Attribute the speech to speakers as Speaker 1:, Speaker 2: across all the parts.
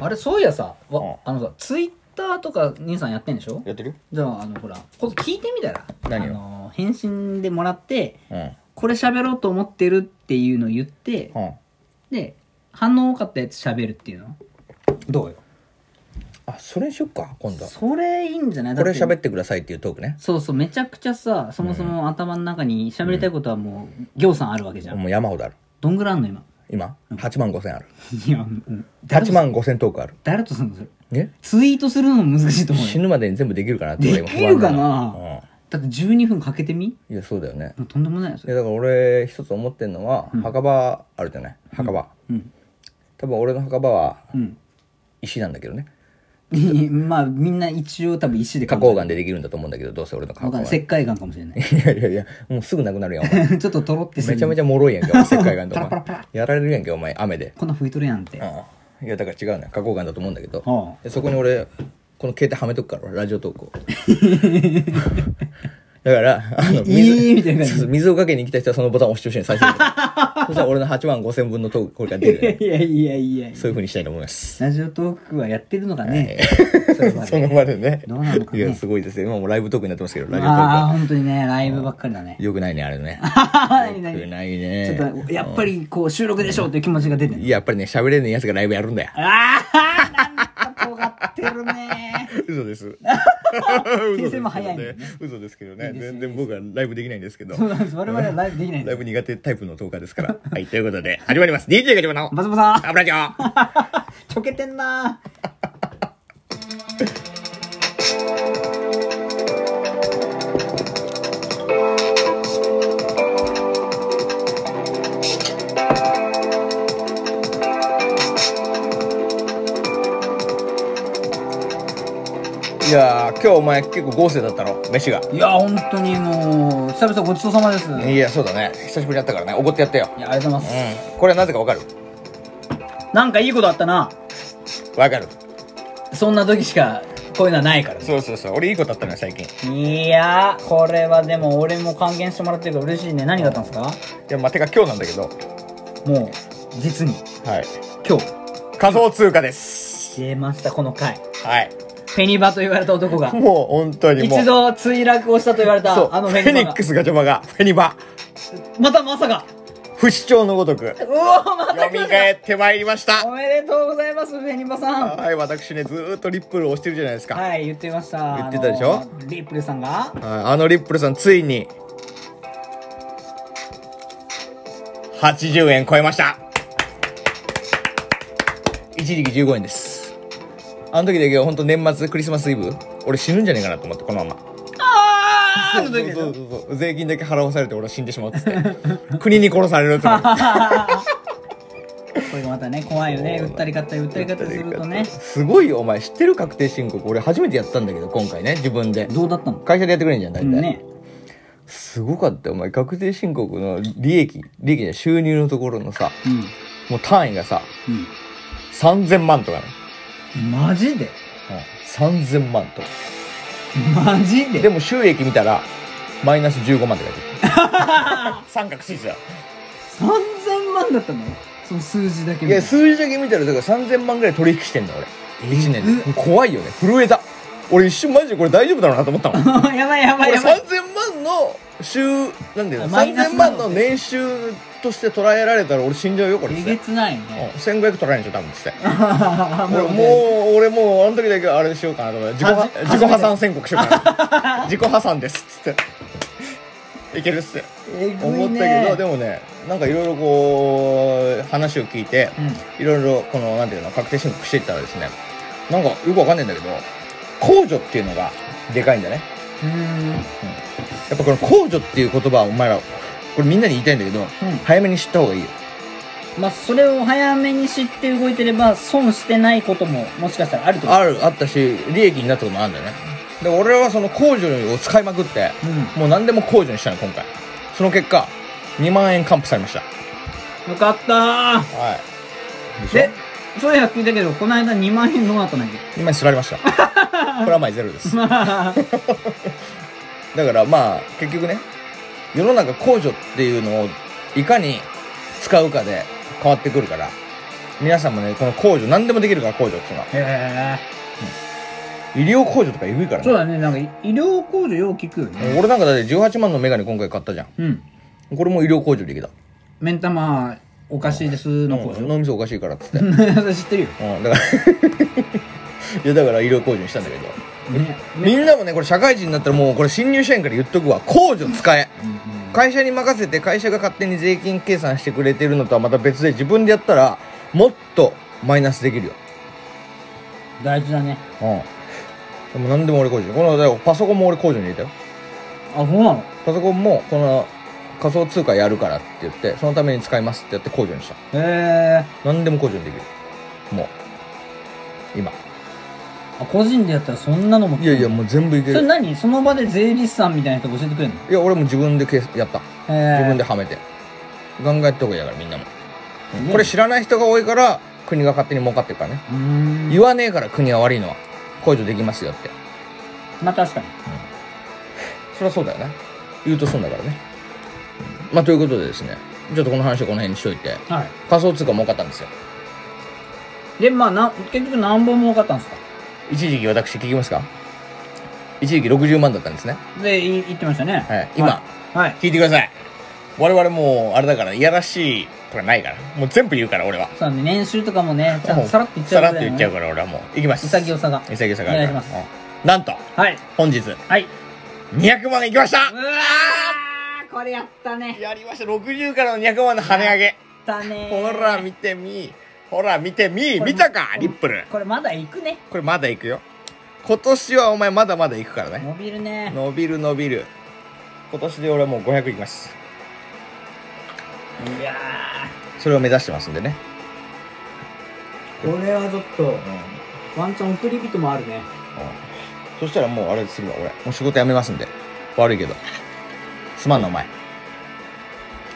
Speaker 1: あれそういやさ、わ
Speaker 2: うん
Speaker 1: あのさツイッターとか兄さんやってんでしょ
Speaker 2: やってる
Speaker 1: じゃああのほらこ聞いてみたら
Speaker 2: 何を
Speaker 1: あの返信でもらって
Speaker 2: うん。うん。
Speaker 1: これ喋ろうと思ってるっていうのを言ってで反応多かったやつ喋るっていうのどうよ
Speaker 2: あ、それにしよっか、今度。
Speaker 1: それいいんじゃない
Speaker 2: これ
Speaker 1: だって
Speaker 2: 喋ってくださいっていうトークね。
Speaker 1: そうそうめちゃくちゃさそもそも頭の中に喋りたいことはもうぎょうさんあるわけじゃん
Speaker 2: もう山ほどある。
Speaker 1: どんぐらいあんの今
Speaker 2: 今、8万5千ある。
Speaker 1: いやうん
Speaker 2: 8万5千トークある。
Speaker 1: 誰とするのそれ
Speaker 2: ね
Speaker 1: ツイートするのも難しいと思うよ
Speaker 2: 死ぬまでに全部できるかなって
Speaker 1: できるかな、
Speaker 2: うん
Speaker 1: だって12分かけてみ
Speaker 2: いや、そうだよね。
Speaker 1: とんでもないよそ
Speaker 2: いや、
Speaker 1: れ
Speaker 2: だから俺、一つ思ってんのは、墓場あるじゃない墓場。
Speaker 1: うん
Speaker 2: 多分俺の墓場は
Speaker 1: うん
Speaker 2: 石なんだけどね。
Speaker 1: まあみんな一応多分石で
Speaker 2: 花崗岩でできるんだと思うんだけど、どうせ俺の
Speaker 1: わ
Speaker 2: 花
Speaker 1: か
Speaker 2: 崗
Speaker 1: んない
Speaker 2: 岩。
Speaker 1: 石灰岩かもしれない
Speaker 2: いやいやいや、もうすぐなくなるやん、お前。
Speaker 1: ちょっととろってする
Speaker 2: めちゃめちゃ脆いやんけ、お前石灰岩と
Speaker 1: パラパラ
Speaker 2: か
Speaker 1: パラ。
Speaker 2: やられるやんけ、お前、雨で。
Speaker 1: こんな拭いとるやんって、
Speaker 2: うん。いや、だから違うね。花崗岩だと思うんだけど。
Speaker 1: は
Speaker 2: でそこに俺、この携帯はめとくから、ラジオ投稿。 だから、あの、
Speaker 1: いいいみたいな感じ
Speaker 2: そうそう水をかけに来た人はそのボタンを押してほしいの、最 初に。そしたら俺の8万5千分の投稿が出るよね。
Speaker 1: いやいやいやいや
Speaker 2: そういうふうにしたいと思います。
Speaker 1: ラジオトークはやってるのかね、 それまで
Speaker 2: その場でね。
Speaker 1: どうなのかね
Speaker 2: いや、すごいですよ。今もうライブトークになってますけど、ラジオトーク
Speaker 1: ああ
Speaker 2: は。
Speaker 1: 本当にねライブばっかりだね
Speaker 2: よくないね、あ れね。
Speaker 1: 何
Speaker 2: よく
Speaker 1: 何
Speaker 2: ない
Speaker 1: ち
Speaker 2: ね。
Speaker 1: ょっとやっぱりこう収録でしょうっていう気持ちが出てる
Speaker 2: いややっぱりね、喋れねえ奴がライブやるんだよ。
Speaker 1: ああなんか尖ってるね
Speaker 2: 嘘 です。
Speaker 1: 訂正も早いんだよね
Speaker 2: 嘘ですけどね。全然僕はライブできないんですけど。
Speaker 1: そうなんです我々はライブできないんで
Speaker 2: ラ
Speaker 1: す
Speaker 2: イブ苦手タイプの10日ですから。 はい、ということで、始まります。DJ が自分の、
Speaker 1: 松本さん
Speaker 2: 油じゃ
Speaker 1: ちょけてんな
Speaker 2: ーいやー、今日お前結構豪勢だったろ、飯が。
Speaker 1: いや本当にもう久々ごちそうさまですいや
Speaker 2: いや、そうだね。久しぶりだったからね、怒ってやったよ。
Speaker 1: ありがとうございます、
Speaker 2: うん。これはなぜかわかる
Speaker 1: なんかいいことあったな
Speaker 2: わかる。
Speaker 1: そんな時しかこういうのはないからね
Speaker 2: そうそうそう。俺いいことあったのよ、最近。い
Speaker 1: いやーこれはでも俺も還元してもらってるから嬉しいね何があったんですか
Speaker 2: や、まあ、てか今日なんだけど、
Speaker 1: もう実に
Speaker 2: はい。
Speaker 1: 今日
Speaker 2: 仮想通貨です。
Speaker 1: 消えましたこの回
Speaker 2: はい。
Speaker 1: フェニバと言われた男が
Speaker 2: もう、本当にもう。
Speaker 1: 一度墜落をしたと言われ
Speaker 2: そう
Speaker 1: たあの
Speaker 2: フ
Speaker 1: フェ
Speaker 2: ェ
Speaker 1: ニバ
Speaker 2: ニッ
Speaker 1: が
Speaker 2: クスガチャバが、フェニバ、
Speaker 1: またまさか
Speaker 2: 不死鳥のごとく、
Speaker 1: うおーまた
Speaker 2: 蘇ってまいりました。
Speaker 1: おめでとうございますフェニバさん
Speaker 2: はい、私ね、ずーっとリップルを押してるじゃないですか。はい、
Speaker 1: はい言ってました
Speaker 2: 言ってたでしょ
Speaker 1: あのリップルさんが
Speaker 2: あのリップルさん、ついに、80円超えました。一時期15円です。あの時だけど、ほんと年末、クリスマスイブ、俺死ぬんじゃねえかなと思って、このまま。
Speaker 1: あーあの時でし
Speaker 2: そ
Speaker 1: ょ
Speaker 2: うそうそうそう税金だけ払わされて俺は死んでしまうっつって国に殺されるっつって
Speaker 1: これがまたね怖いよね売ったり買ったり売ったり買ったりするとね
Speaker 2: すごいよお前知ってる確定申告俺初めてやったんだけど今回ね自分で
Speaker 1: どうだったの
Speaker 2: 会社でやってくれんじゃん大
Speaker 1: う
Speaker 2: 体、
Speaker 1: んね
Speaker 2: すごかったよお前確定申告の利益利益じゃない収入のところのさ
Speaker 1: うん
Speaker 2: もう単位がさ
Speaker 1: う
Speaker 2: 3000万とかね、
Speaker 1: んマジで
Speaker 2: うん、3000万とか
Speaker 1: マジで
Speaker 2: でも収益見たらマイナス15万って書いてあ る三角スイスだ
Speaker 1: 3000万だったのその数字だけ
Speaker 2: いや数字だけ見たらだから3000万ぐらい取引してんだ俺1年でもう怖いよね震えた俺一瞬マジでこれ大丈夫だろうなと思ったもん
Speaker 1: や ばいやばい
Speaker 2: 俺
Speaker 1: やばい
Speaker 2: 3000万の収なんだよ
Speaker 1: マイナス
Speaker 2: 3000
Speaker 1: な
Speaker 2: 万
Speaker 1: の
Speaker 2: の年収として捉えられたら俺死んじゃうよこれ
Speaker 1: え
Speaker 2: っ
Speaker 1: げ
Speaker 2: て
Speaker 1: つない
Speaker 2: うん
Speaker 1: ね
Speaker 2: 1500取られんでしょ多分っつって俺
Speaker 1: も
Speaker 2: もう俺もうあの時だけあれしようかなと思って自己
Speaker 1: は
Speaker 2: は
Speaker 1: じ
Speaker 2: 自己破産宣告しよう かな自己破産ですっつっていけるっつって
Speaker 1: えぐ
Speaker 2: 思
Speaker 1: い
Speaker 2: った
Speaker 1: ね
Speaker 2: けどでもねなんかいろいろこう話を聞いて
Speaker 1: うん
Speaker 2: いろいろこのなんていうの確定申告していったらですねなんかよくわかんないんだけど控除っていうのがでかいんだね
Speaker 1: うん
Speaker 2: やっぱこの控除っていう言葉はお前らこれみんなに言いたいんだけど、早めに知った方がいいよ
Speaker 1: まあそれを早めに知って動いてれば損してないことももしかしたらあると思う
Speaker 2: あるあったし利益になったこともあるんだよねで俺はその控除を使いまくって
Speaker 1: うん
Speaker 2: もう何でも控除にしたの今回その結果2万円還付されました
Speaker 1: よかった
Speaker 2: はい
Speaker 1: ーでそういや聞いたけどこの間2万円どうなったんだっけ
Speaker 2: 2万円すられました これは前ゼロです
Speaker 1: まあ
Speaker 2: だからまあ結局ね世の中控除っていうのをいかに使うかで変わってくるから皆さんもねこの控除何でもできるから控除っていうのは
Speaker 1: へえ
Speaker 2: 医療控除とかえぐいから
Speaker 1: そう
Speaker 2: ね
Speaker 1: だねなんか医療控除よう聞くよね
Speaker 2: 俺なんかだって18万のメガネ今回買ったじゃん
Speaker 1: うん
Speaker 2: これも医療控除できた
Speaker 1: 目ん玉おかしいですの控
Speaker 2: うん
Speaker 1: 除
Speaker 2: 脳みそおかしいからっつっ てうん
Speaker 1: 知ってるよ
Speaker 2: だから いやだから医療控除にしたんだけど
Speaker 1: ね
Speaker 2: みんなもねこれ社会人になったらもうこれ新入社員から言っとくわ控除使え会社に任せて会社が勝手に税金計算してくれてるのとはまた別で自分でやったらもっとマイナスできるよ
Speaker 1: 大事だね
Speaker 2: うんでも何でも俺控除このだからパソコンも俺控除に入れたよ
Speaker 1: あそうなの
Speaker 2: パソコンもこの仮想通貨やるからって言ってそのために使いますってやって控除にした
Speaker 1: へえ
Speaker 2: 何でも控除にできるもう今
Speaker 1: あ個人でやったらそんなのも
Speaker 2: いやいやもう全部いけ
Speaker 1: それ
Speaker 2: る
Speaker 1: 何その場で税理士さんみたいな人が教えてくれるの
Speaker 2: いや俺も自分で計算やった自分
Speaker 1: へ
Speaker 2: で
Speaker 1: え
Speaker 2: はめてガンガンやった方がいいだからみんなも
Speaker 1: ね
Speaker 2: これ知らない人が多いから国が勝手に儲かってるからね
Speaker 1: うーん
Speaker 2: 言わねえから国は悪いのは控除できますよって
Speaker 1: まあ確かに
Speaker 2: そりゃそうだよね言うと損だからねうんまあということでですねちょっとこの話をこの辺にしといて
Speaker 1: は
Speaker 2: 仮想通貨儲かったんですよ
Speaker 1: いでまあな結局何本儲かったんですか
Speaker 2: 一時期私聞きますか一時期60万だったんですね
Speaker 1: でい言ってましたね
Speaker 2: はい今
Speaker 1: はい
Speaker 2: 聞いてください我々もうあれだからいやらしいとかないからもう全部言うから俺は
Speaker 1: そうだね年収とかもねちゃん
Speaker 2: も
Speaker 1: とさらっと言っちゃう
Speaker 2: さら
Speaker 1: ぐ
Speaker 2: っと
Speaker 1: いの
Speaker 2: 言っ
Speaker 1: ね
Speaker 2: ちゃうから俺はもう行きます
Speaker 1: 潔さが
Speaker 2: 潔さがある
Speaker 1: お願いし
Speaker 2: から
Speaker 1: ます
Speaker 2: うんなんと
Speaker 1: はい
Speaker 2: 本日
Speaker 1: はいう
Speaker 2: 200万いきました
Speaker 1: わーこれやったねやっ
Speaker 2: やりました60からの200万の跳ね上げ
Speaker 1: たね
Speaker 2: ほら見てみほら見てみ
Speaker 1: これ
Speaker 2: 見たかリップル
Speaker 1: これまだ行くね
Speaker 2: これまだ行くよ今年はお前まだまだ行くからね
Speaker 1: 伸びるね
Speaker 2: 伸びる伸びる今年で俺はもう500いきます
Speaker 1: いや
Speaker 2: それを目指してますんでね
Speaker 1: ーこれはちょっとワンチャン送り人もあるね
Speaker 2: そしたらもうあれするわ俺もう仕事辞めますんで悪いけどすまんなお前、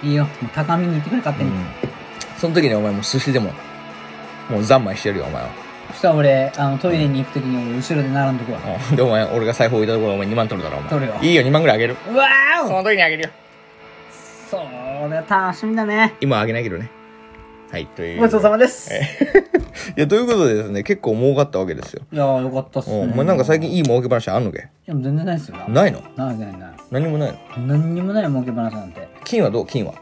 Speaker 1: いいよもう高みに行ってくれ勝手に、
Speaker 2: その時にお前もう寿司でももう三昧してるよお前は
Speaker 1: そしたら俺あのトイレに行く時に俺後ろで並んどくわ、
Speaker 2: うん でお前俺が財布置いたところお前2万取るだろお前
Speaker 1: 取るよ
Speaker 2: いいよ2万ぐらいあげる
Speaker 1: うわーお
Speaker 2: の時にあげるよ
Speaker 1: それ楽しみだね
Speaker 2: 今はあげないけどねはいという
Speaker 1: ごちそうさまです、
Speaker 2: いやということでですね結構儲かったわけですよ
Speaker 1: いやーよかったっすね
Speaker 2: お前なんか最近いい儲け話あんのけ
Speaker 1: いや全然ないっすよな
Speaker 2: ないの
Speaker 1: ないないない
Speaker 2: 何もないの
Speaker 1: 何にもない儲け話なんて
Speaker 2: 金はどう金は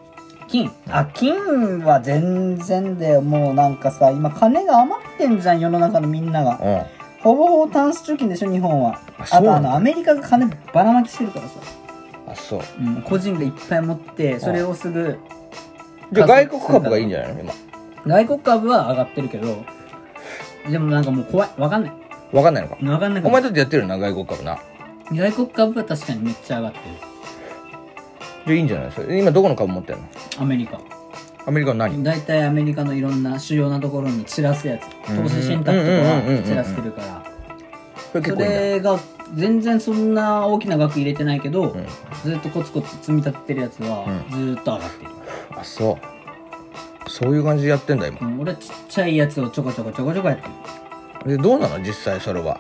Speaker 1: 金あ金は全然でもうなんかさ今金が余ってんじゃん世の中のみんなが
Speaker 2: うん
Speaker 1: ほぼほぼタンス貯金でしょ日本は
Speaker 2: あ
Speaker 1: あ
Speaker 2: そう
Speaker 1: と
Speaker 2: な
Speaker 1: あ
Speaker 2: んだ
Speaker 1: のアメリカが金ばらまきしてるからさ、
Speaker 2: あそう
Speaker 1: うん、個人がいっぱい持ってそれをすぐ
Speaker 2: じゃあ外国株がいいんじゃないの今
Speaker 1: 外国株は上がってるけどでもなんかもう怖いわかんない
Speaker 2: わかんないのか
Speaker 1: わかんない
Speaker 2: お
Speaker 1: から
Speaker 2: 前だってやってるよな外国株な
Speaker 1: 外国株は確かにめっちゃ上がってる
Speaker 2: じゃあいいんじゃないそれ今どこの株持ってんの
Speaker 1: アメリカ
Speaker 2: アメリカの何
Speaker 1: 大体アメリカのいろんな主要なところに散らすやつ
Speaker 2: うん
Speaker 1: 投資信託とか
Speaker 2: うんうんうんうんう
Speaker 1: は
Speaker 2: ん
Speaker 1: 散らしてるから
Speaker 2: それ結
Speaker 1: そ
Speaker 2: 構いいんだ
Speaker 1: れが全然そんな大きな額入れてないけど、
Speaker 2: ん
Speaker 1: ずっとコツコツ積み立ててるやつはずーっと上がってる、
Speaker 2: あそうそういう感じでやってんだ今
Speaker 1: うん俺はちっちゃいやつをちょこちょこちょこちょこやってる
Speaker 2: でどうなの実際それは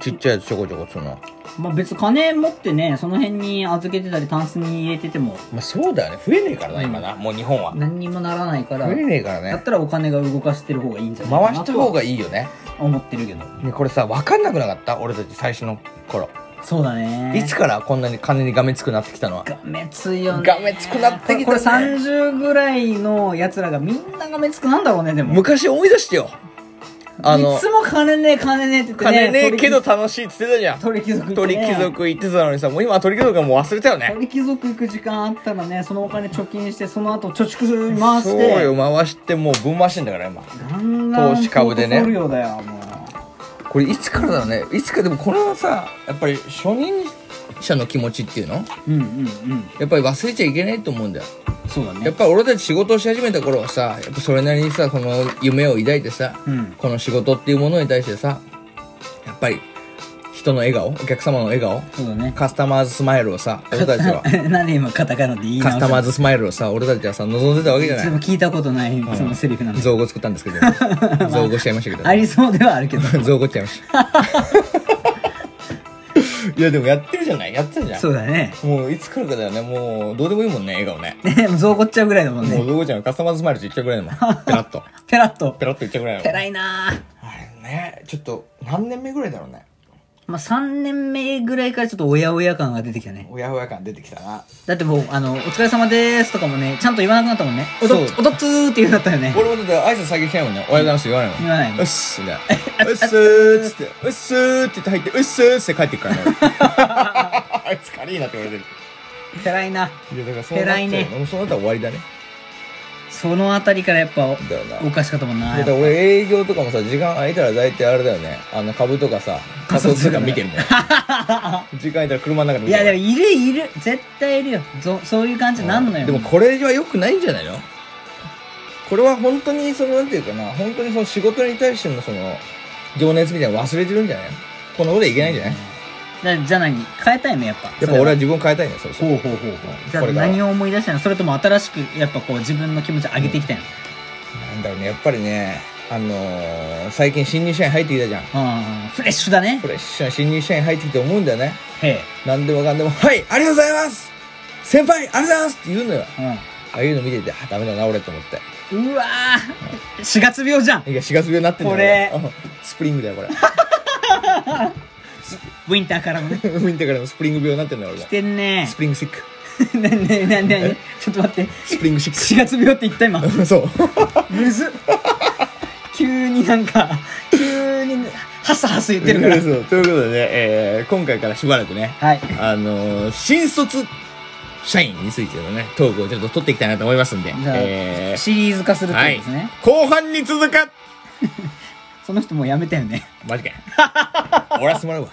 Speaker 2: ちっちゃいやつちょこちょこっつうのは
Speaker 1: まあ別に金持ってねその辺に預けてたりタンスに入れてても
Speaker 2: まあそうだよね増えねえからな今なもう日本は
Speaker 1: 何にもならないから
Speaker 2: 増えねえから
Speaker 1: だっ
Speaker 2: ね
Speaker 1: たらお金が動かしてる方がいいんじゃないか
Speaker 2: 回
Speaker 1: な
Speaker 2: し
Speaker 1: と
Speaker 2: た方
Speaker 1: は
Speaker 2: がいいよね
Speaker 1: 思ってるけど
Speaker 2: ねこれさ分かんなくなかった俺たち最初の頃
Speaker 1: そうだね
Speaker 2: いつからこんなに金にがめつくなってきたのは
Speaker 1: がめついよね
Speaker 2: がめつくなってきたね
Speaker 1: これこれ30ぐらいのやつらがみんながめつくなんだろうねでも
Speaker 2: 昔思い出してよあの
Speaker 1: いつも金ねえ金ねえって言ってね
Speaker 2: 金ねえけど
Speaker 1: 鳥
Speaker 2: 楽しいっつってたじゃん
Speaker 1: 鳥貴族行って
Speaker 2: 鳥
Speaker 1: ね
Speaker 2: 貴族行ってたのにさもう今は鳥貴族はもう忘れたよね
Speaker 1: 鳥貴族行く時間あったらねそのお金貯金してその後貯蓄する回して
Speaker 2: そうよ回してもうぶん回してんだから今
Speaker 1: ガンガン
Speaker 2: 投資株でね
Speaker 1: ポートフォリオだよもう
Speaker 2: これいつからだろうねいつかでもこれはさやっぱり初任者の気持ちっていうのや
Speaker 1: うんうんうん
Speaker 2: っぱり忘れちゃいけないと思うんだよ
Speaker 1: そうだね
Speaker 2: やっぱり俺たち仕事をし始めた頃はさやっぱそれなりにさこの夢を抱いてさ、
Speaker 1: うん
Speaker 2: この仕事っていうものに対してさやっぱり人の笑顔お客様の笑顔
Speaker 1: そうだね
Speaker 2: カスタマーズスマイルをさ俺たち は
Speaker 1: なんで今カタカナで言い
Speaker 2: カ
Speaker 1: 直
Speaker 2: ス
Speaker 1: し
Speaker 2: タ
Speaker 1: た
Speaker 2: マーズスマイルをさ俺たちはさ望んでたわけじゃない
Speaker 1: でも聞いたことないそのセリフなんで
Speaker 2: 造語作ったんです けど造語しちゃいましたけど
Speaker 1: ありそうではあるけど
Speaker 2: 造語っちゃいました。いやでもやってるじゃないやってたじゃん
Speaker 1: そうだね。
Speaker 2: もういつ来るかだよねもうどうでもいいもんね笑顔ね
Speaker 1: ね、もうそうこっちゃうぐらいだもん
Speaker 2: もう
Speaker 1: ね。
Speaker 2: どこちゃんカスタマーズスマイルって言っちゃうぐらい だもんペラッと
Speaker 1: ペラッと
Speaker 2: ペ。ラッと言っちゃうぐらいだも
Speaker 1: ペ
Speaker 2: ん
Speaker 1: ラいなぁ
Speaker 2: あれね、ちょっと、何年目ぐらいだろうね。
Speaker 1: まあ、3年目ぐらいからちょっとおやおや感が出てきたね。
Speaker 2: おやおや感出てきたな。
Speaker 1: だってもう、あの、お疲れ様ですとかもね、ちゃんと言わなくなったもんね。お
Speaker 2: そ
Speaker 1: ど
Speaker 2: う
Speaker 1: っ、おどっつーって言うんだったよね。
Speaker 2: 俺もだって挨拶先来ないもんね。おはようございます言わないもん。
Speaker 1: 言わないもん
Speaker 2: うっすみたいな。うっすーっつって、 うっすーって言って入って、うっすーっつって帰ってくからね。俺 あいつ軽いなって言われてる。
Speaker 1: ペラいない
Speaker 2: や、だからそう
Speaker 1: なっちゃうよね偉いね
Speaker 2: もうそうなったら終わりだね。
Speaker 1: そのあたりからやっぱ、
Speaker 2: だよな
Speaker 1: おかしかったもんな。
Speaker 2: だから俺営業とかもさ、時間空いたら大体あれだよね。あの株とかさ、仮想通貨見てる もん。時間空いたら車の中で
Speaker 1: い
Speaker 2: 見
Speaker 1: や、
Speaker 2: てる
Speaker 1: でもいるいる。絶対いるよ。そそういう感じになんのよ。
Speaker 2: でもこれは良くないんじゃないのこれは本当にそのなんていうかな本当にその仕事に対してのその情熱みたいなの忘れてるんじゃないこんなことはいけないんじゃない、
Speaker 1: だじゃあ何変えたいのやっぱ。
Speaker 2: やっぱ俺は自分を変えたいねそれ
Speaker 1: それは。ほうほうほうほう。じゃあ何
Speaker 2: を
Speaker 1: を思い出したのそれとも新しく、やっぱこう自分の気持ち上げていきたいの
Speaker 2: なんだろうねやっぱりねあのー、最近新入社員入ってきたじゃん
Speaker 1: うんうん。フレッシュだね
Speaker 2: こ。れ新入社員入ってきて思うんだよね
Speaker 1: へえ。
Speaker 2: 何でもかんでも「はいありがとうございます先輩ありがとうございます!」って言うのよ
Speaker 1: う
Speaker 2: ああいうの見ててあダメだな俺と思って
Speaker 1: ん。うわぁ。4月病じゃん。
Speaker 2: いや4月病になってんだよ
Speaker 1: これ
Speaker 2: 俺うんスプリングだよこれ
Speaker 1: ウィンターからもね。
Speaker 2: ウィンターからのスプリング病になってんだよ俺
Speaker 1: 来てんね
Speaker 2: スプリングシック
Speaker 1: なになになになにちょっと待って。
Speaker 2: スプリングシック
Speaker 1: 4月病って言った今。
Speaker 2: そう。
Speaker 1: むずっ急になんか、急に、ハスハス言ってるから。
Speaker 2: そうということでね、えー今回からしばらくね、
Speaker 1: はい。
Speaker 2: あのー新卒社員についてのね、トークをちょっと取っていきたいなと思いますんで、
Speaker 1: じゃあ、
Speaker 2: えー
Speaker 1: シリーズ化するってことですね。
Speaker 2: 後半に続く
Speaker 1: その人もうやめたよね。
Speaker 2: マジかよ。終わらせてもらうわ。